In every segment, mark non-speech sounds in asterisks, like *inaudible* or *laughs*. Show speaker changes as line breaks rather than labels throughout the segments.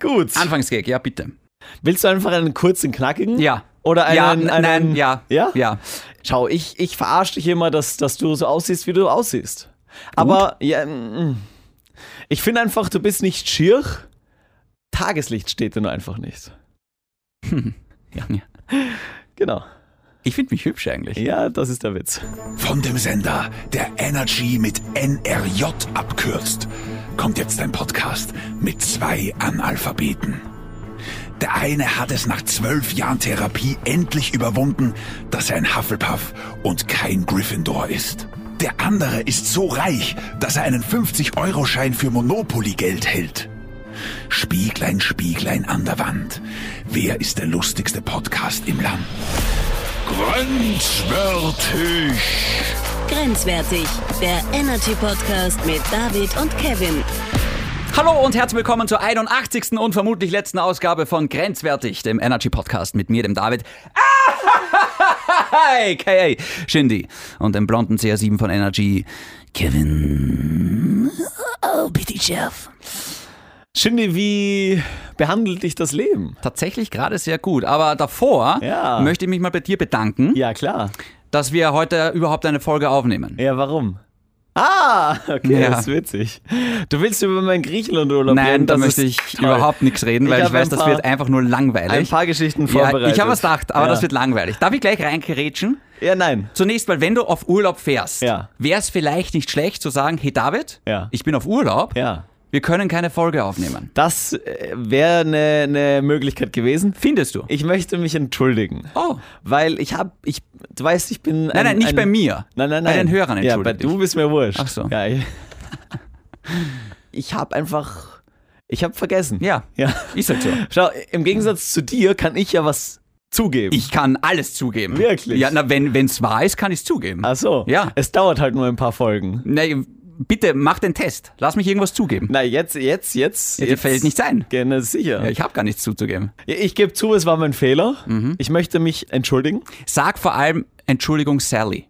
Gut.
Anfangsgag, ja, bitte.
Willst du einfach einen kurzen, knackigen?
Ja.
Oder einen.
Ja, n-
einen
nein, ja.
Ja?
Ja.
Schau, ich, ich verarsche dich immer, dass, dass du so aussiehst, wie du aussiehst. Aber ja, mm, mm. ich finde einfach, du bist nicht schier. Tageslicht steht dir nur einfach nicht.
ja. ja.
Genau.
Ich finde mich hübsch eigentlich.
Ja, das ist der Witz.
Von dem Sender, der Energy mit NRJ abkürzt, kommt jetzt ein Podcast mit zwei Analphabeten. Der eine hat es nach zwölf Jahren Therapie endlich überwunden, dass er ein Hufflepuff und kein Gryffindor ist. Der andere ist so reich, dass er einen 50-Euro-Schein für Monopoly-Geld hält. Spieglein, Spieglein an der Wand. Wer ist der lustigste Podcast im Land? Grenzwertig!
Grenzwertig, der Energy Podcast mit David und Kevin.
Hallo und herzlich willkommen zur 81. und vermutlich letzten Ausgabe von Grenzwertig, dem Energy Podcast mit mir, dem David. A.K.A. Shindy und dem blonden CR7 von Energy, Kevin. Oh, bitte, Chef.
Shindy, wie behandelt dich das Leben?
Tatsächlich gerade sehr gut, aber davor
Ja.
möchte ich mich mal bei dir bedanken,
Ja, klar.
dass wir heute überhaupt eine Folge aufnehmen.
Ja, warum? Ah, okay,
Ja.
das ist witzig. Du willst über meinen Griechenland-Urlaub reden?
Nein, da
das
möchte
ist
ich
toll.
überhaupt nichts reden,
Ich
weil ich,
hab
weiß,
ein
das
paar-
wird einfach nur langweilig.
Ein paar Geschichten
ja,
vorbereitet.
ich habe was gedacht, aber
ja.
das wird langweilig. Darf ich gleich reingrätschen?
Ja, nein.
Zunächst mal, wenn du auf Urlaub fährst,
Ja.
wäre es vielleicht nicht schlecht zu sagen, hey David,
Ja.
ich bin auf Urlaub,
Ja.
wir können keine Folge aufnehmen.
Das äh, wäre eine ne Möglichkeit gewesen.
Findest du?
Ich möchte mich entschuldigen.
Oh.
Weil ich habe, ich, du weißt, ich bin.
Nein, nein, nicht bei mir.
Nein, nein,
Bei
nein.
den Hörern,
Ja, bei
entschuldige dich.
du bist mir wurscht.
Ach so. *laughs*
Ja, ich ich habe einfach, ich habe vergessen.
Ja.
Ja.
Ist halt so.
Schau, im Gegensatz zu dir kann ich ja was zugeben.
Ich kann alles zugeben.
Wirklich? Also-
Ja, na, wenn es wahr ist, kann ich es zugeben.
Ach so.
Ja.
Es dauert halt nur ein paar Folgen.
Na, bitte, mach den Test. Lass mich irgendwas zugeben.
Na, jetzt, jetzt, jetzt.
Ja, dir
jetzt
fällt nicht ein.
Gerne, sicher.
Ja,
ich
ich Mhm. habe gar nichts zuzugeben.
gebe zu, es war mein Fehler. Ich möchte mich entschuldigen.
Sag vor allem, Entschuldigung, Sally.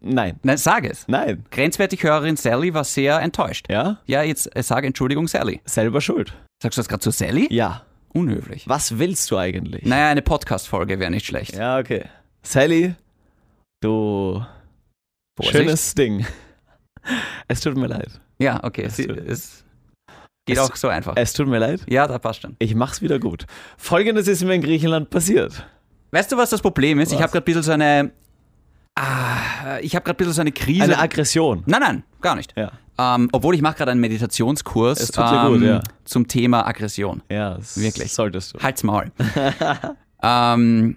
Nein.
Nein, sag es.
Nein.
Grenzwertig Hörerin Sally war sehr enttäuscht.
Ja?
Ja, jetzt äh, sag Entschuldigung, Sally.
Selber schuld.
Sagst du das gerade zu Sally?
Ja.
Unhöflich.
Was willst du eigentlich?
Naja, eine Podcast-Folge wäre nicht schlecht.
Ja, okay. Sally, du
Vorsicht.
schönes Ding. *laughs* Es tut mir leid.
Ja, okay. Es,
tut-
es geht
es-
auch so einfach.
Es tut mir leid.
ja, da passt schon.
Ich mach's wieder gut. Folgendes ist mir in Griechenland passiert.
Weißt du, was das Problem ist? Ich
Was?
habe gerade ein bisschen so eine. Ah, ich habe gerade ein bisschen so eine Krise.
Eine Aggression.
nein, nein, gar nicht.
Ja.
Ähm, obwohl ich mache gerade einen Meditationskurs ähm,
Es tut dir gut, ja.
zum Thema Aggression.
Ja, das
Wirklich.
Solltest du. *laughs*
Halt's Maul. ähm,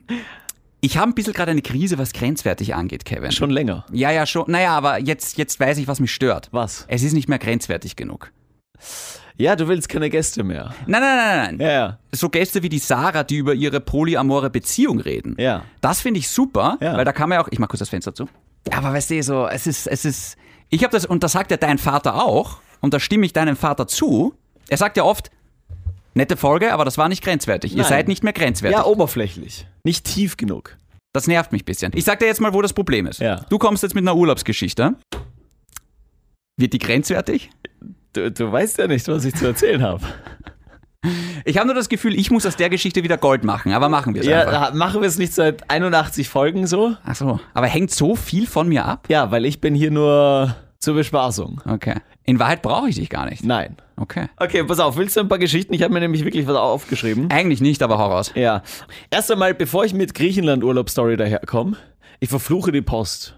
ich habe ein bisschen gerade eine Krise, was grenzwertig angeht, Kevin.
Schon länger.
Ja, ja, schon. Naja, aber jetzt, jetzt weiß ich, was mich stört.
Was?
Es ist nicht mehr grenzwertig genug.
Ja, du willst keine Gäste mehr.
Nein, nein, nein, nein, nein.
Ja, ja.
so Gäste wie die Sarah, die über ihre polyamore Beziehung reden.
Ja.
Das finde ich super,
Ja.
weil da kann man ja auch. Ich mach kurz das Fenster zu. Ja, aber weißt du, so, es ist, es ist. Ich habe das, und das sagt ja dein Vater auch, und da stimme ich deinem Vater zu. Er sagt ja oft, nette Folge, aber das war nicht grenzwertig. Ihr
Nein.
seid nicht mehr grenzwertig.
Ja, oberflächlich. Nicht tief genug.
Das nervt mich ein bisschen. Ich sag dir jetzt mal, wo das Problem ist.
Ja.
Du kommst jetzt mit einer Urlaubsgeschichte. Wird die grenzwertig?
Du, du weißt ja nicht, was ich zu erzählen habe.
Ich habe nur das Gefühl, ich muss aus der Geschichte wieder Gold machen, aber machen wir es
Ja,
einfach.
da machen wir es nicht seit 81 Folgen so?
Ach so, aber hängt so viel von mir ab?
Ja, weil ich bin hier nur zur Bespaßung.
Okay. In Wahrheit brauche ich dich gar nicht.
Nein.
Okay.
Okay, pass auf, willst du ein paar Geschichten? Ich habe mir nämlich wirklich was aufgeschrieben.
Eigentlich nicht, aber hau raus.
Ja. Erst einmal, bevor ich mit Griechenland-Urlaub-Story daherkomme, ich verfluche die Post.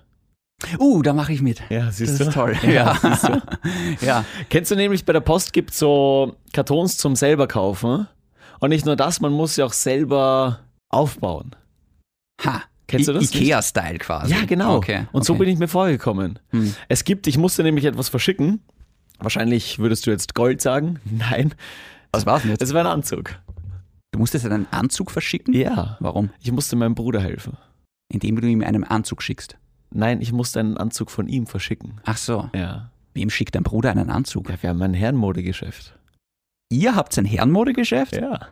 Uh, da mache ich mit.
Ja, siehst
Das ist toll.
Ja, siehst du.
*laughs* Ja.
Kennst du nämlich, bei der Post gibt es so Kartons zum selber kaufen. Und nicht nur das, man muss sie auch selber aufbauen.
Ha.
Kennst du das nicht?
Ikea-Style quasi.
Ja, genau.
Okay.
Und so
okay.
bin ich mir vorgekommen. Es gibt, ich musste nämlich etwas verschicken. Wahrscheinlich würdest du jetzt Gold sagen. *laughs* Nein,
Was war's denn jetzt?
es war ein Anzug.
Du musstest einen Anzug verschicken?
Ja.
Warum?
Ich musste meinem Bruder helfen.
Indem du ihm einen Anzug schickst.
Nein, ich musste einen Anzug von ihm verschicken.
Ach so.
Ja.
Wem schickt dein Bruder einen Anzug?
Ja, wir haben ein Herrenmodegeschäft.
Ihr habt ein Herrenmodegeschäft?
Ja.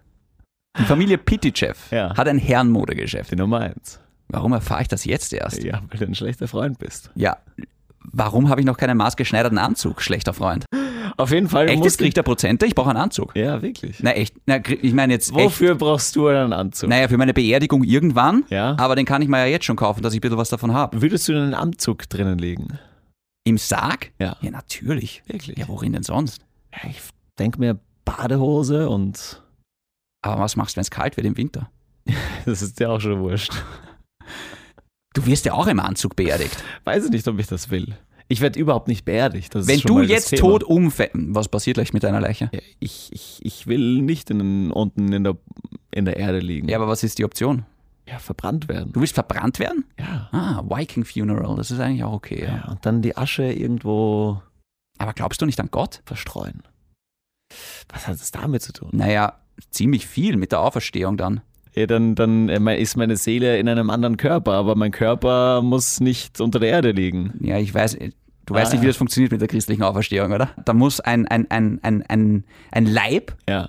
Die Familie Pitychev
Ja.
hat ein Herrenmodegeschäft.
Die Nummer eins.
Warum erfahre ich das jetzt erst?
Ja, weil du ein schlechter Freund bist.
Ja. Warum habe ich noch keinen maßgeschneiderten Anzug, schlechter Freund?
Auf jeden Fall
Echt,
muss
jetzt kriegt er Prozente? Ich brauche einen Anzug.
Ja, wirklich.
Na echt, na, krieg- ich meine jetzt echt.
Wofür brauchst du einen Anzug?
Naja, für meine Beerdigung irgendwann.
Ja.
Aber den kann ich mir ja jetzt schon kaufen, dass ich ein bisschen was davon habe.
Würdest du einen Anzug drinnen legen?
Im Sarg?
Ja.
Ja, natürlich.
Wirklich?
Ja, worin denn sonst?
Ja, ich denke mir Badehose und *laughs*
Aber was machst du, wenn es kalt wird im Winter?
das ist ja auch schon wurscht.
Du wirst ja auch im Anzug beerdigt.
Weiß ich nicht, ob ich das will. Ich werde überhaupt nicht beerdigt. Das
wenn
ist schon
du
mal das
jetzt
Thema.
tot umfällst, was passiert gleich mit deiner Leiche?
Ja, Ich, ich, ich will nicht in, unten in der, in der Erde liegen.
Ja, aber was ist die Option?
Ja, verbrannt werden.
Du willst verbrannt werden?
Ja.
Ah, Viking Funeral, das ist eigentlich auch okay. Ja.
ja. Und dann die Asche irgendwo
Aber glaubst du nicht an Gott?
verstreuen. Was hat es damit zu tun?
Naja, ziemlich viel mit der Auferstehung dann.
Ja, dann dann äh, mein- ist meine Seele in einem anderen Körper, aber mein Körper muss nicht unter der Erde liegen.
Ja, ich weiß, äh, du
Ah,
weißt nicht, wie
ja.
das funktioniert mit der christlichen Auferstehung, oder? Da muss ein, ein, ein, ein, ein, ein Leib,
Ja,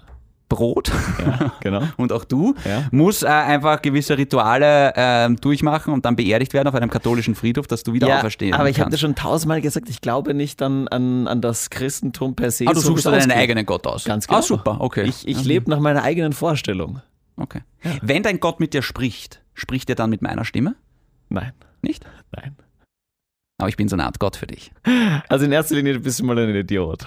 Brot *laughs*
*laughs* ja genau.
und auch du,
Ja.
muss äh, einfach gewisse Rituale ähm, durchmachen und dann beerdigt werden auf einem katholischen Friedhof, dass du wieder
Ja,
auferstehen
aber ich
kannst.
habe dir schon tausendmal gesagt, ich glaube nicht an, an, an das Christentum per se.
ah, du
so
suchst
wie
dir
es
deinen
ausgeht.
eigenen Gott aus.
Ganz genau.
Ah, super, okay. Mhm,
Ich, ich lebe nach meiner eigenen Vorstellung.
Okay. Wenn dein Gott mit dir spricht, spricht er dann mit meiner Stimme?
Nein,
Nicht?
nein.
Aber ich bin so eine Art Gott für dich.
Also in erster Linie bist du mal ein Idiot.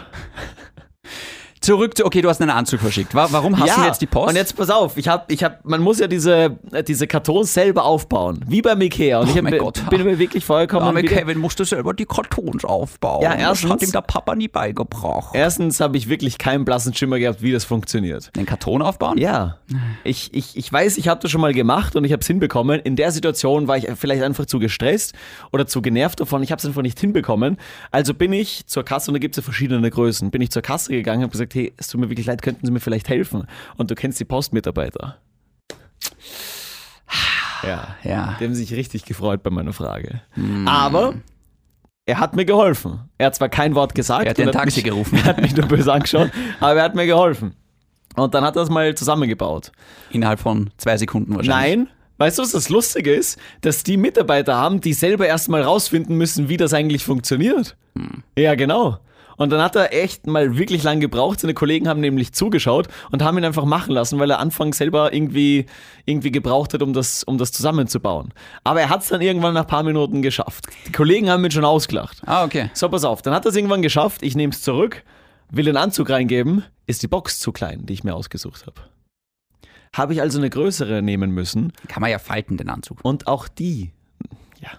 Zurück zu, okay, du hast einen Anzug verschickt. Wa- Warum hast du jetzt die Post?
Und jetzt pass auf, ich hab, ich hab, man muss ja diese, äh, diese Kartons selber aufbauen, wie beim Ikea. Und
Oh
ich hab,
mein
mir-
Gott.
bin mir wirklich vollkommen.
Arme
wieder-
Kevin musste selber die Kartons aufbauen.
Ja,
Das hat
erstens-
ihm der Papa nie beigebracht.
Erstens habe ich wirklich keinen blassen Schimmer gehabt, wie das funktioniert.
Den Karton aufbauen?
Ja, ich, ich, ich weiß, ich habe das schon mal gemacht und ich habe es hinbekommen. In der Situation war ich vielleicht einfach zu gestresst oder zu genervt davon. Ich habe es einfach nicht hinbekommen. Also bin ich zur Kasse und da gibt es ja verschiedene Größen. Bin ich zur Kasse gegangen und habe gesagt, hey, es tut mir wirklich leid, könnten Sie mir vielleicht helfen? Und du kennst die Postmitarbeiter. Ja,
Ja.
die haben sich richtig gefreut bei meiner Frage.
Hm.
Aber er hat mir geholfen. Er hat zwar kein Wort gesagt.
Er hat den
und
Taxi
mich-
gerufen.
*laughs* Er hat mich nur böse angeschaut, aber er hat mir geholfen. Und dann hat er es mal zusammengebaut.
Innerhalb von zwei Sekunden wahrscheinlich.
Nein, weißt du, was das Lustige ist? Dass die Mitarbeiter haben, die selber erstmal rausfinden müssen, wie das eigentlich funktioniert. Ja, genau. Und dann hat er echt mal wirklich lang gebraucht. Seine Kollegen haben nämlich zugeschaut und haben ihn einfach machen lassen, weil er Anfang selber irgendwie, irgendwie gebraucht hat, um das, um das zusammenzubauen. Aber er hat es dann irgendwann nach ein paar Minuten geschafft. Die Kollegen haben ihn schon ausgelacht.
Ah, okay.
So, pass auf, dann hat er es irgendwann geschafft, ich nehme es zurück, will den Anzug reingeben, ist die Box zu klein, die ich mir ausgesucht habe. Habe ich also eine größere nehmen müssen
Kann man ja falten, den Anzug.
und auch die, ja,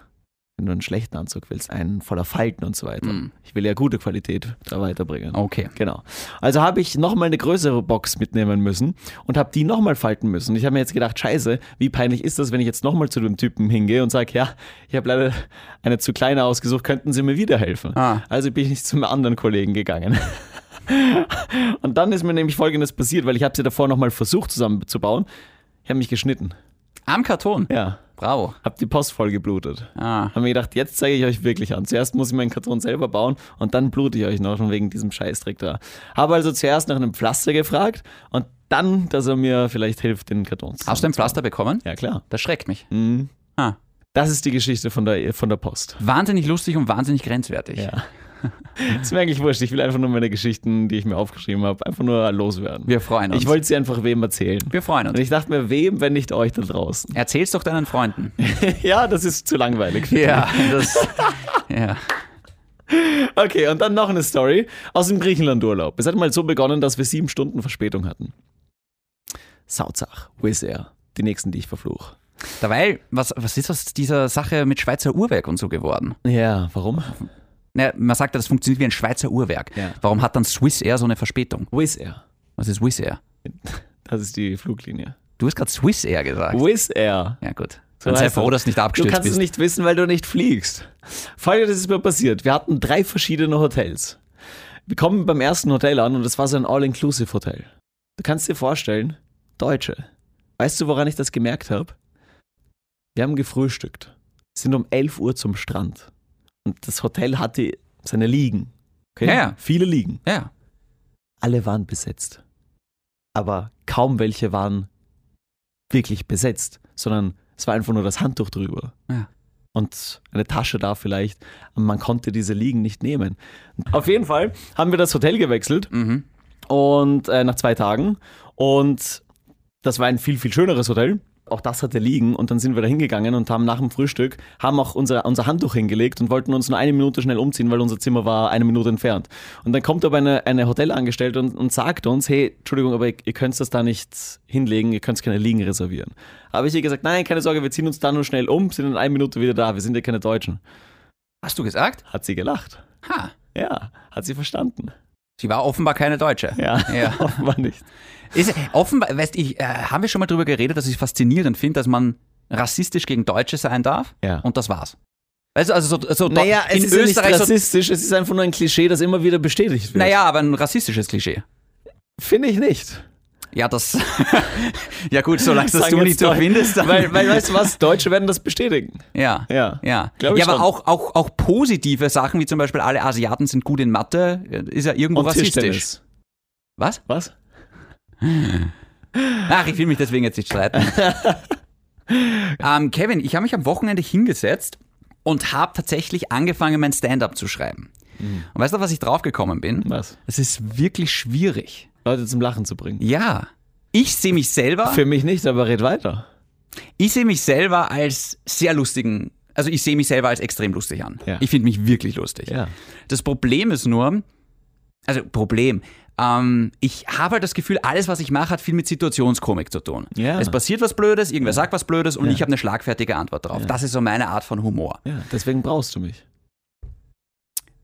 wenn du einen schlechten Anzug willst, einen voller Falten und so weiter. Ich will ja gute Qualität da weiterbringen.
Okay.
Genau. Also habe ich nochmal eine größere Box mitnehmen müssen und habe die nochmal falten müssen. Ich habe mir jetzt gedacht, scheiße, wie peinlich ist das, wenn ich jetzt nochmal zu dem Typen hingehe und sage, ja, ich habe leider eine zu kleine ausgesucht, könnten Sie mir wieder helfen?
Ah.
Also bin ich zum anderen Kollegen gegangen. *laughs* und dann ist mir nämlich Folgendes passiert, weil ich habe sie davor nochmal versucht zusammenzubauen. Ich habe mich geschnitten.
Am Karton?
Ja,
Bravo.
habe die Post voll geblutet.
Ah.
Haben mir gedacht, jetzt zeige ich euch wirklich an. Zuerst muss ich meinen Karton selber bauen und dann blute ich euch noch schon wegen diesem Scheißtrick da. Habe also zuerst nach einem Pflaster gefragt und dann, dass er mir vielleicht hilft, den Karton zu.
Hast du ein Pflaster bekommen?
Ja, Hm. klar.
Das schreckt mich.
Das ist die Geschichte von der, von der Post.
Wahnsinnig lustig und wahnsinnig grenzwertig. *laughs*
Ja. ist mir eigentlich wurscht. Ich will einfach nur meine Geschichten, die ich mir aufgeschrieben habe, einfach nur loswerden.
Wir freuen uns.
ich wollte sie einfach wem erzählen.
Wir freuen
Und
uns.
ich dachte mir, wem, wenn nicht euch da draußen? *laughs*
Erzähl's doch deinen Freunden.
ja, das ist zu langweilig.
Ja, das. *laughs* ja.
Okay, und dann noch eine Story aus dem Griechenland-Urlaub. Es hat mal so begonnen, dass wir sieben Stunden Verspätung hatten. Sauzach, Wizz Air, die nächsten, die ich verfluch.
Dabei, was, was ist aus dieser Sache mit Schweizer Uhrwerk und so geworden?
Ja, warum?
Naja, man sagt ja, das funktioniert wie ein Schweizer Uhrwerk.
Ja.
Warum hat dann Swiss Air so eine Verspätung?
Wizz Air,
Was ist Swiss Air?
das ist die Fluglinie.
Du hast gerade Swiss Air gesagt.
Wizz Air.
ja, gut.
So
Dann sei
heißt
froh,
das.
dass du nicht
Du
abgestürzt
kannst es
bist.
nicht wissen, weil du nicht fliegst. Folgendes ist mir passiert. Wir hatten drei verschiedene Hotels. Wir kommen beim ersten Hotel an und es war so ein All-Inclusive-Hotel. Du kannst dir vorstellen, Deutsche. Weißt du, woran ich das gemerkt habe? Wir haben gefrühstückt, sind um 11 Uhr zum Strand. Und das Hotel hatte seine Liegen. Okay?
Ja, ja.
Viele Liegen.
ja.
Alle waren besetzt. Aber kaum welche waren wirklich besetzt, sondern es war einfach nur das Handtuch drüber.
Ja.
und eine Tasche da vielleicht. Und man konnte diese Liegen nicht nehmen. Auf jeden Fall haben wir das Hotel gewechselt
mhm.
und äh, nach zwei Tagen und das war ein viel, viel schöneres Hotel. Auch das hatte liegen und dann sind wir da hingegangen und haben nach dem Frühstück, haben auch unser, unser Handtuch hingelegt und wollten uns nur eine Minute schnell umziehen, weil unser Zimmer war eine Minute entfernt. Und dann kommt aber eine, eine Hotelangestellte und, und sagt uns, hey, Entschuldigung, aber ihr, ihr könnt das da nicht hinlegen, ihr könnt keine Liegen reservieren. Habe ich ihr gesagt, nein, keine Sorge, wir ziehen uns da nur schnell um, sind in einer Minute wieder da, wir sind ja keine Deutschen.
Hast du gesagt?
Hat sie gelacht.
Ha.
Ja, hat sie verstanden.
Sie war offenbar keine Deutsche.
Ja,
Ja.
*laughs* offenbar nicht.
Ist, offenbar, weißt ich, äh, haben wir schon mal drüber geredet, dass ich es faszinierend finde, dass man rassistisch gegen Deutsche sein darf?
Ja.
Und das war's. Weißt du, also so, so
Naja, es
in
ist ja
Österreich
nicht
so,
rassistisch, es ist einfach nur ein Klischee, das immer wieder bestätigt wird.
Naja, aber ein rassistisches Klischee.
Finde ich nicht.
Ja, das. *laughs* ja, gut, solange das
Sagen
du
jetzt
nicht so
Deu-
findest. Dann,
Weil, weil weißt du was, *laughs* Deutsche werden das bestätigen.
*laughs* ja.
Ja.
Ja,
Glaub ich
ja aber
schon.
auch, auch, auch positive Sachen, wie zum Beispiel alle Asiaten sind gut in Mathe, ist ja irgendwo rassistisch.
Tischtennis.
Was?
Was?
Ach, ich will mich deswegen jetzt
*laughs*
nicht streiten. ähm, Kevin, ich habe mich am Wochenende hingesetzt und habe tatsächlich angefangen, mein Stand-up zu schreiben.
Mhm.
Und weißt du, was ich draufgekommen bin?
Was?
Es ist wirklich schwierig.
Leute zum Lachen zu bringen.
Ja. Ich sehe mich selber,
Für mich nicht, aber red weiter.
ich sehe mich selber als sehr lustigen, also ich sehe mich selber als extrem lustig an.
Ja.
Ich finde mich wirklich lustig.
Ja.
Das Problem ist nur, also Problem, ähm, ich habe halt das Gefühl, alles, was ich mache, hat viel mit Situationskomik zu tun.
Ja.
Es passiert was Blödes, irgendwer sagt was Blödes und ich habe eine schlagfertige Antwort drauf. Das ist so meine Art von Humor.
Ja, deswegen brauchst du mich.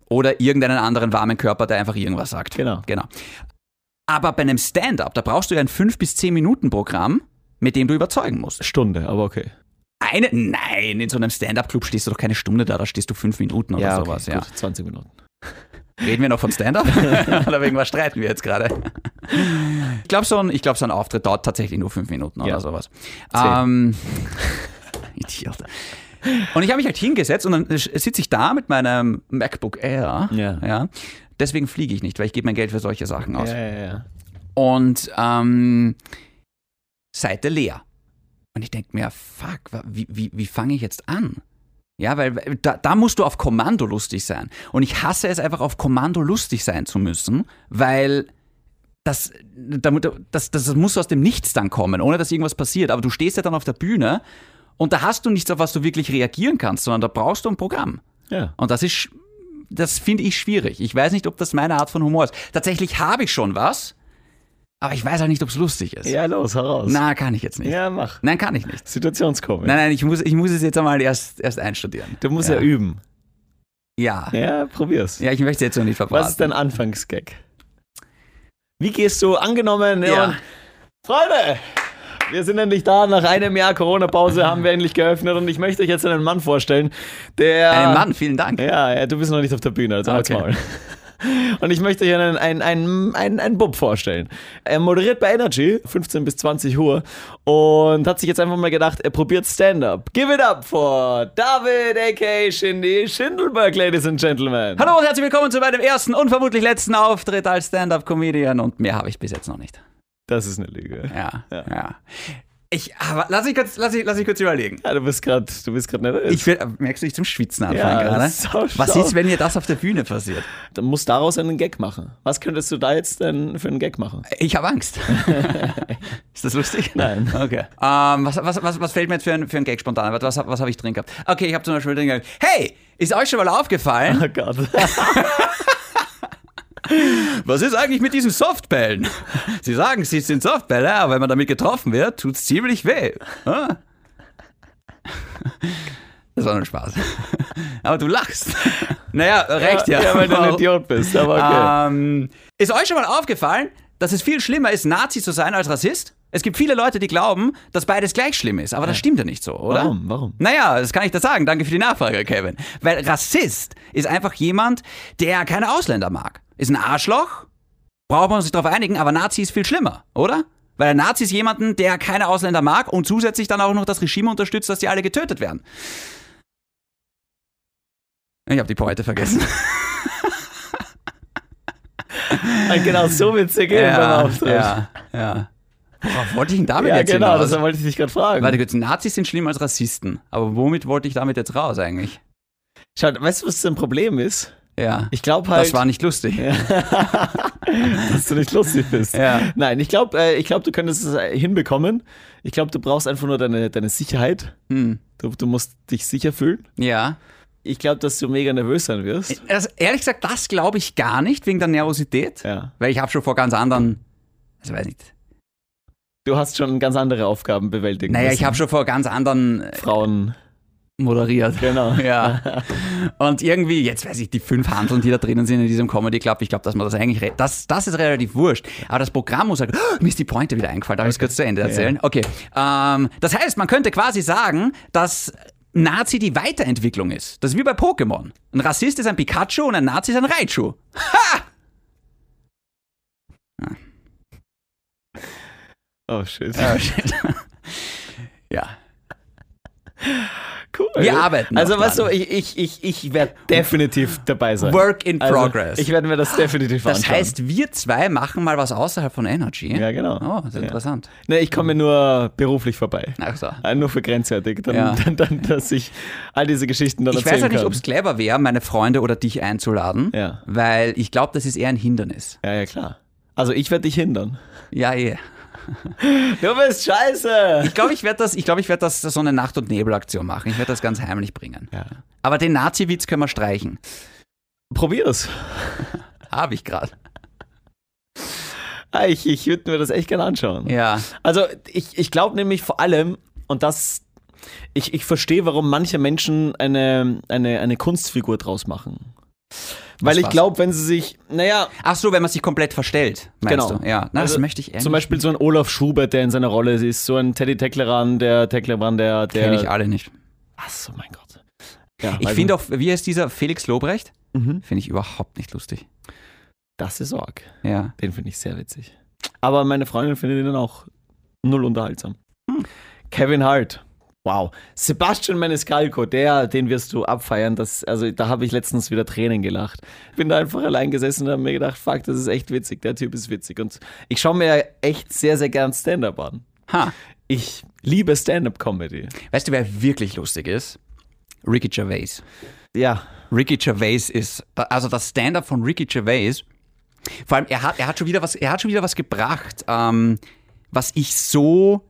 Oder irgendeinen anderen warmen Körper, der einfach irgendwas sagt.
Genau.
genau. Aber bei einem Stand-up, da brauchst du ja ein 5- bis 10-Minuten-Programm, mit dem du überzeugen musst.
Stunde, aber okay.
Eine? Nein, in so einem Stand-up-Club stehst du doch keine Stunde da, da stehst du fünf Minuten oder
okay,
sowas. Ja.
Gut, 20 Minuten.
Reden wir noch von Stand-up?
*laughs*
oder wegen was streiten wir jetzt gerade? Ich glaube, so, ein- ich glaub, so ein Auftritt dauert tatsächlich nur fünf Minuten oder
Ja.
sowas.
Zehn.
Ähm, *laughs* Idiot. Und ich habe mich halt hingesetzt und dann sch- sitze ich da mit meinem MacBook Air.
Ja.
ja. Deswegen fliege ich nicht, weil ich gebe mein Geld für solche Sachen aus.
ja, ja.
Und ähm, Seite leer. Und ich denke mir, fuck, wa- wie, wie, wie fange ich jetzt an? Ja, weil weil da, da musst du auf Kommando lustig sein. Und ich hasse es einfach, auf Kommando lustig sein zu müssen, weil das, damit, das, das muss aus dem Nichts dann kommen, ohne dass irgendwas passiert. Aber du stehst ja dann auf der Bühne und da hast du nichts, auf was du wirklich reagieren kannst, sondern da brauchst du ein Programm.
Ja.
Und das ist, sch- das finde ich schwierig. Ich weiß nicht, ob das meine Art von Humor ist. Tatsächlich habe ich schon was, aber ich weiß auch nicht, ob es lustig ist.
ja, los, heraus.
Na, kann ich jetzt nicht.
Ja, mach.
Nein, kann ich nicht.
Situationskomik.
Nein, nein, ich muss, ich muss es jetzt einmal erst, erst einstudieren.
Du musst ja.
Ja.
üben.
Ja. ja.
Ja, probier's.
ich möchte jetzt noch nicht verpassen.
Was ist dein Anfangsgag? Wie gehst du angenommen?
Ja.
Und Freunde, wir sind endlich da. Nach einem Jahr Corona-Pause haben wir endlich geöffnet und ich möchte euch jetzt einen Mann vorstellen, der.
Einen Mann, vielen Dank.
Ah. Ja, ja, du bist noch nicht auf der Bühne, also halt's
Okay.
Maul. *laughs* Und ich möchte hier einen, einen, einen, einen, einen Bub vorstellen. Er moderiert bei Energy 15 bis 20 Uhr und hat sich jetzt einfach mal gedacht, er probiert Stand-up. Give it up for David a.k.a. Shindy Schindelberg, Ladies and Gentlemen.
Hallo und herzlich willkommen zu meinem ersten und vermutlich letzten Auftritt als Stand-Up-Comedian und mehr habe ich bis jetzt noch nicht.
Das ist eine Lüge.
Ja, ja.
Ja.
Ich, aber lass ich kurz, lass ich, lass ich kurz überlegen.
Ja, du bist gerade, du bist gerade nervös.
Ich will, merkst du, ich zum Schwitzen anfangen
Ja,
gerade?
sau
Was
schlau.
ist, wenn dir das auf der Bühne passiert?
Dann musst daraus einen Gag machen. Was könntest du da jetzt denn für einen Gag machen?
Ich
*laughs*
habe Angst. ist das lustig?
Nein.
Okay. Ähm, was, was, was, was fällt mir jetzt für ein, für ein Gag spontan? Was, was, was habe ich drin gehabt? Okay, ich habe zum Beispiel drin gehabt. Hey, ist euch schon
*laughs*
mal aufgefallen?
Oh Gott.
Was ist eigentlich mit diesen Softbällen? Sie sagen, sie sind Softbälle, aber wenn man damit getroffen wird, tut's ziemlich weh. Ah. Das war nur Spaß. Aber du lachst. Naja, recht, ja.
ja, weil du ein
Warum-
Idiot bist, aber okay.
Ähm, ist euch schon mal aufgefallen, dass es viel schlimmer ist, Nazi zu sein als Rassist? Es gibt viele Leute, die glauben, dass beides gleich schlimm ist, aber das stimmt ja nicht so, oder?
Warum? Warum?
Naja, das kann ich dir sagen. Danke für die Nachfrage, Kevin. Weil Rassist ist einfach jemand, der keine Ausländer mag. Ist ein Arschloch, braucht man sich darauf einigen, aber Nazi ist viel schlimmer, oder? Weil ein Nazi ist jemanden, der keine Ausländer mag und zusätzlich dann auch noch das Regime unterstützt, dass die alle getötet werden. Ich habe die Pointe vergessen.
Genau so witzig eben beim Auftritt.
ja, ja. Worauf wollte ich denn damit
Ja,
jetzt
genau,
hinaus?
das wollte ich dich gerade fragen.
Warte kurz, Nazis sind schlimmer als Rassisten. Aber womit wollte ich damit jetzt raus eigentlich?
Schaut, weißt du, was das Problem ist?
Ja.
Ich glaube halt,
das war nicht lustig.
*laughs* dass du nicht lustig bist.
Ja.
Nein, ich glaube, äh, ich glaub, du könntest es äh, hinbekommen. Ich glaube, du brauchst einfach nur deine, deine Sicherheit.
Hm.
Du, du musst dich sicher fühlen.
Ja.
Ich glaube, dass du mega nervös sein wirst.
Also, ehrlich gesagt, das glaube ich gar nicht wegen der Nervosität.
Ja.
Weil ich habe schon vor ganz anderen, also weiß nicht.
Du hast schon ganz andere Aufgaben bewältigt.
Naja, ich habe schon vor ganz anderen äh,
Frauen.
moderiert.
Genau.
*laughs* Ja. Und irgendwie, jetzt weiß ich, die fünf Handeln, die da drinnen sind in diesem Comedy Club, ich glaube, dass man das eigentlich, re- das, das ist relativ wurscht. Aber das Programm muss halt, oh, mir ist die Pointe wieder eingefallen, darf ich es kurz zu Ende erzählen? Okay. Ähm, das heißt, man könnte quasi sagen, dass Nazi die Weiterentwicklung ist. Das ist wie bei Pokémon. Ein Rassist ist ein Pikachu und ein Nazi ist ein Raichu.
Oh shit.
*laughs* Oh, shit. ja.
Cool.
Wir arbeiten noch
Also, weißt du,
dran.
ich, ich, ich, ich werde definitiv dabei sein.
Work in
also,
progress.
Ich werde mir das definitiv
das
anschauen.
heißt, wir zwei machen mal was außerhalb von Energy.
Ja, genau.
Oh, das
ja.
ist interessant. Also,
Nee, ich komme nur beruflich vorbei.
Ach so.
Ah, Nur für grenzwertig. Dann,
Ja.
dann, dann, dass ich all diese Geschichten dann
Ich
erzählen
weiß halt nicht,
kann.
ob es clever wäre, meine Freunde oder dich einzuladen,
Ja.
weil ich glaube, das ist eher ein Hindernis.
ja, ja, klar. Also, ich werde dich hindern.
Ja, eh.
Du bist scheiße!
Ich glaube, ich werde das, ich glaube, ich werde das so eine Nacht- und Nebelaktion machen. Ich werde das ganz heimlich bringen.
Ja.
Aber den Nazi-Witz können wir streichen.
Probier's.
Habe ich gerade.
Ah, Ich, ich würde mir das echt gerne anschauen.
Ja.
Also ich, ich glaube nämlich vor allem, und das, ich, ich verstehe, warum manche Menschen eine, eine, eine Kunstfigur draus machen. Weil ich
war's?
glaube, wenn sie sich, naja,
Ach so, wenn man sich komplett verstellt, meinst
Genau.
du? Ja. Na, das
Also,
möchte ich ehrlich.
zum Beispiel so ein Olaf Schubert, der in seiner Rolle ist, so ein Teddy Teckleran, der Teckleran, der, der.
kenne ich alle nicht.
Achso, mein Gott. Ja,
Ich
also,
finde auch, wie heißt dieser Felix Lobrecht?
Mhm.
Finde ich überhaupt nicht lustig.
Das ist arg.
Ja.
Den finde ich sehr witzig. Aber meine Freundin findet ihn dann auch null unterhaltsam.
Hm.
Kevin Hart. Wow. Sebastian Maniscalco, der, den wirst du abfeiern. Das, also da habe ich letztens wieder Tränen gelacht. Bin da einfach allein gesessen und habe mir gedacht, fuck, das ist echt witzig. Der Typ ist witzig. Und ich schaue mir echt sehr, sehr gern Stand-up an.
Ha.
Ich liebe Stand-up-Comedy.
Weißt du, wer wirklich lustig ist? Ricky Gervais.
Ja.
Ricky Gervais ist, also das Stand-up von Ricky Gervais, vor allem er hat, er hat schon wieder was, er hat schon wieder was gebracht, ähm, was ich so,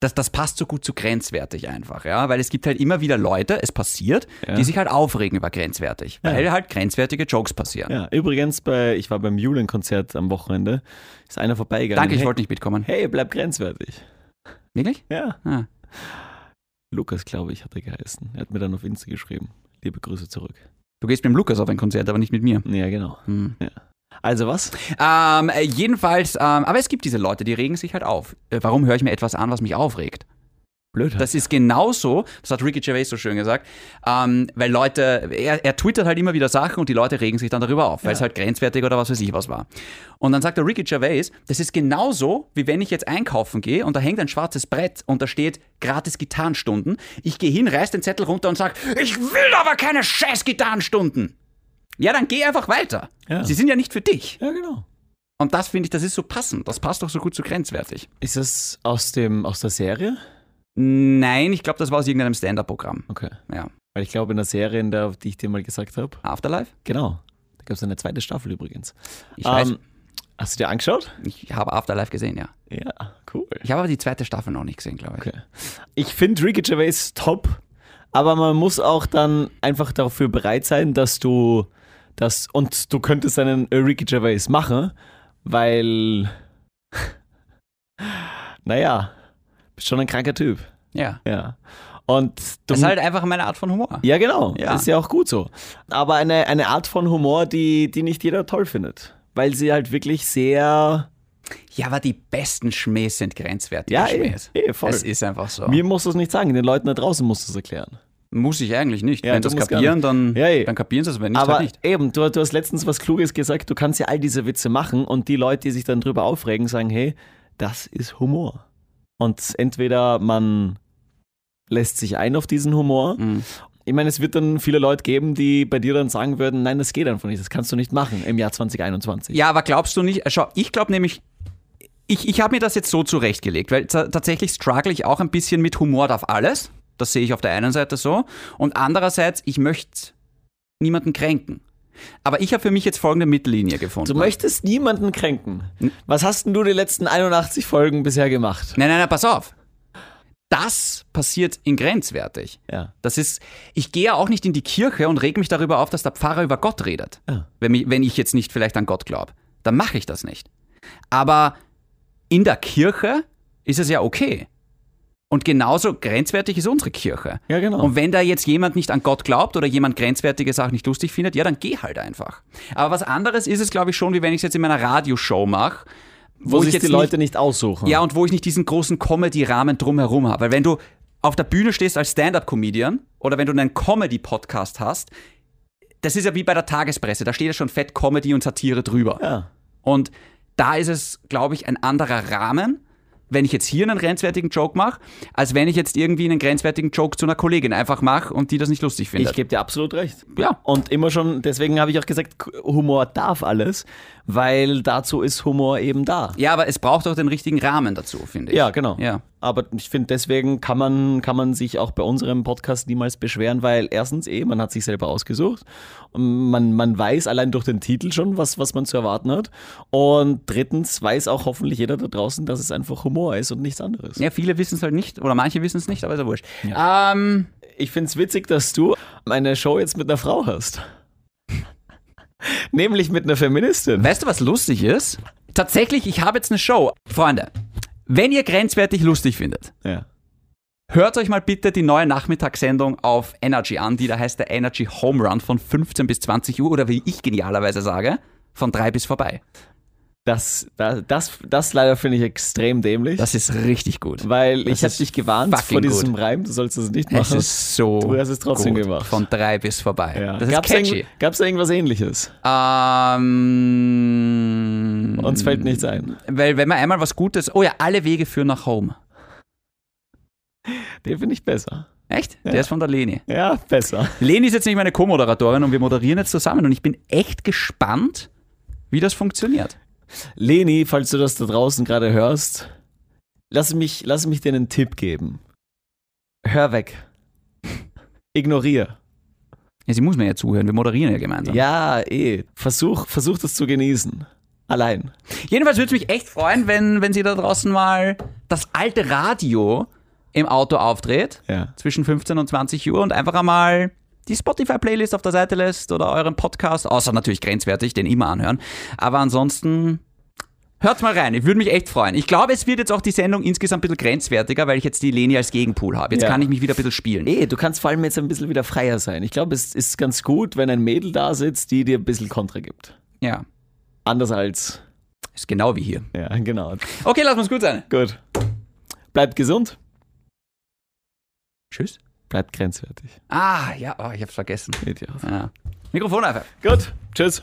das, das passt so gut zu grenzwertig einfach, ja, weil es gibt halt immer wieder Leute, es passiert, die sich halt aufregen über grenzwertig, weil halt grenzwertige Jokes passieren.
Ja. Übrigens, bei, ich war beim Julen-Konzert am Wochenende. Ist einer vorbeigegangen.
Danke, ich
hey,
wollte nicht mitkommen.
Hey, bleib grenzwertig.
Wirklich?
Ja.
Ah.
Lukas, glaube ich, hat er geheißen. Er hat mir dann auf Insta geschrieben. Liebe Grüße zurück.
Du gehst mit dem Lukas auf ein Konzert, aber nicht mit mir.
Ja, genau.
Hm.
Ja. Also was?
Ähm, äh, jedenfalls, ähm, aber es gibt diese Leute, die regen sich halt auf. Äh, warum höre ich mir etwas an, was mich aufregt?
Blöd. halt.
Das ist genauso, das hat Ricky Gervais so schön gesagt, ähm, weil Leute, er, er twittert halt immer wieder Sachen und die Leute regen sich dann darüber auf, weil es halt grenzwertig oder was weiß ich was war. Und dann sagt der Ricky Gervais, das ist genauso, wie wenn ich jetzt einkaufen gehe und da hängt ein schwarzes Brett und da steht gratis Gitarrenstunden. Ich gehe hin, reiß den Zettel runter und sag, ich will aber keine scheiß Gitarrenstunden. Ja, dann geh einfach weiter.
Ja.
Sie sind ja nicht für dich.
ja, genau.
Und das finde ich, das ist so passend. Das passt doch so gut zu grenzwertig.
Ist das aus, dem, aus der Serie?
Nein, ich glaube, das war aus irgendeinem Stand-Up-Programm.
Okay.
Ja.
Weil ich glaube, in der Serie, in der, die ich dir mal gesagt habe.
Afterlife?
Genau. Da gab es eine zweite Staffel übrigens.
Ich weiß,
Ähm, hast du dir angeschaut?
ich habe Afterlife gesehen, ja.
Ja, cool.
Ich habe aber die zweite Staffel noch nicht gesehen, glaube ich.
Okay. Ich finde Ricky Gervais top, aber man muss auch dann einfach dafür bereit sein, dass du das und du könntest einen äh, Ricky Gervais machen, weil *laughs* naja, bist schon ein kranker Typ.
Ja.
Ja. Und du
Das ist halt einfach meine Art von Humor.
ja, genau.
Ja.
Ist ja auch gut so. Aber eine, eine Art von Humor, die, die nicht jeder toll findet. Weil sie halt wirklich sehr.
Ja, aber die besten Schmähs sind grenzwertige
Ja, eh,
Schmähs.
eh, voll.
Es ist einfach so.
Mir musst du es nicht sagen, den Leuten da draußen musst du es erklären.
Muss ich eigentlich nicht.
Ja,
wenn
du
das
musst
kapieren,
gar nicht.
dann,
Ja, eh.
dann kapieren sie es, wenn nicht,
Aber
halt nicht.
eben, du, du hast letztens was Kluges gesagt, du kannst ja all diese Witze machen und die Leute, die sich dann drüber aufregen, sagen, hey, das ist Humor. Und entweder man lässt sich ein auf diesen Humor.
Mhm.
Ich meine, es wird dann viele Leute geben, die bei dir dann sagen würden, nein, das geht einfach nicht, das kannst du nicht machen im Jahr 2021.
äh, Ja, aber glaubst du nicht, schau, ich glaube nämlich, ich, ich habe mir das jetzt so zurechtgelegt, weil ta- tatsächlich struggle ich auch ein bisschen mit Humor darf alles. Das sehe ich auf der einen Seite so. Und andererseits, ich möchte niemanden kränken. Aber ich habe für mich jetzt folgende Mittellinie gefunden.
Du möchtest niemanden kränken. Was hast denn du die letzten 81 Folgen bisher gemacht?
nein, nein, nein, pass auf. Das passiert in grenzwertig.
Ja.
Das ist, ich gehe ja auch nicht in die Kirche und reg mich darüber auf, dass der Pfarrer über Gott redet.
Ja.
Wenn, mich, wenn ich jetzt nicht vielleicht an Gott glaube. Dann mache ich das nicht. Aber in der Kirche ist es ja okay. Und genauso grenzwertig ist unsere Kirche.
Ja, genau.
Und wenn da jetzt jemand nicht an Gott glaubt oder jemand grenzwertige Sachen nicht lustig findet, ja, dann geh halt einfach. Aber was anderes ist es, glaube ich, schon, wie wenn ich es jetzt in meiner Radioshow mache.
Wo,
ich
sich
jetzt
die Leute nicht, aussuchen.
ja, und wo ich nicht diesen großen Comedy-Rahmen drumherum habe. Weil wenn du auf der Bühne stehst als Stand-Up-Comedian oder wenn du einen Comedy-Podcast hast, das ist ja wie bei der Tagespresse, da steht ja schon fett Comedy und Satire drüber.
Ja.
Und da ist es, glaube ich, ein anderer Rahmen, wenn ich jetzt hier einen grenzwertigen Joke mache, als wenn ich jetzt irgendwie einen grenzwertigen Joke zu einer Kollegin einfach mache und die das nicht lustig
Ich
findet.
gebe dir absolut recht.
Ja.
Und immer schon, deswegen habe ich auch gesagt, K- Humor darf alles, weil dazu ist Humor eben da.
ja, aber es braucht auch den richtigen Rahmen dazu, finde ich.
Ja, genau.
Ja.
Aber ich finde, deswegen kann man, kann man sich auch bei unserem Podcast niemals beschweren, weil erstens eh, man hat sich selber ausgesucht. Und man, man weiß allein durch den Titel schon, was, was man zu erwarten hat. Und drittens weiß auch hoffentlich jeder da draußen, dass es einfach Humor ist und nichts anderes.
Ja, viele wissen es halt nicht oder manche wissen es nicht, aber ist ja wurscht. Ähm,
Ich finde es witzig, dass du eine Show jetzt mit einer Frau hast. *laughs* Nämlich mit einer Feministin.
Weißt du, was lustig ist? Tatsächlich, ich habe jetzt eine Show. Freunde, wenn ihr grenzwertig lustig findet,
Ja.
hört euch mal bitte die neue Nachmittagssendung auf Energy an, die da heißt der Energy Home Run von 15 bis 20 Uhr oder wie ich genialerweise sage, von 3 bis vorbei.
Das, das, das, das leider finde ich extrem dämlich.
Das ist richtig gut.
weil
das
ich habe
ist
dich gewarnt
fucking
vor diesem
gut.
Reim, du sollst das nicht
es
machen.
ist so
Du hast es trotzdem
gut.
gemacht.
Von 3 bis vorbei.
ja.
Das ist
Gab's
catchy.
irgend- Gab's da irgendwas ähnliches?
Ähm,
Uns fällt nichts ein.
weil wenn man einmal was Gutes... Oh ja, alle Wege führen nach Home.
Den finde ich besser.
Echt? Der ist von der Leni.
Ja, besser.
Leni ist jetzt nicht meine Co-Moderatorin und wir moderieren jetzt zusammen und ich bin echt gespannt, wie das funktioniert.
*laughs* Leni, falls du das da draußen gerade hörst, lass mich, lass mich dir einen Tipp geben. Hör weg. Ignorier.
Ja, sie muss mir ja zuhören, wir moderieren ja gemeinsam.
Ja, eh. Versuch, versuch das zu genießen. Allein.
Jedenfalls würde es mich echt freuen, wenn, wenn sie da draußen mal das alte Radio im Auto aufdreht,
Ja.
zwischen 15 und 20 Uhr und einfach einmal die Spotify-Playlist auf der Seite lässt oder euren Podcast, außer natürlich grenzwertig, den immer anhören. Aber ansonsten hört mal rein, ich würde mich echt freuen. Ich glaube, es wird jetzt auch die Sendung insgesamt ein bisschen grenzwertiger, weil ich jetzt die Leni als Gegenpool habe. Jetzt
Ja.
kann ich mich wieder ein bisschen spielen.
Eh, du kannst vor allem jetzt ein bisschen wieder freier sein. Ich glaube, es ist ganz gut, wenn ein Mädel da sitzt, die dir ein bisschen Kontra gibt.
Ja,
Anders als.
ist genau wie hier.
Ja, *laughs* genau.
Okay, lass uns gut sein.
Gut. Bleibt gesund,
Tschüss.
bleibt grenzwertig.
Ah, ja, oh, ich hab's vergessen.
Geht ja.
Ja. Mikrofon einfach.
Gut, tschüss.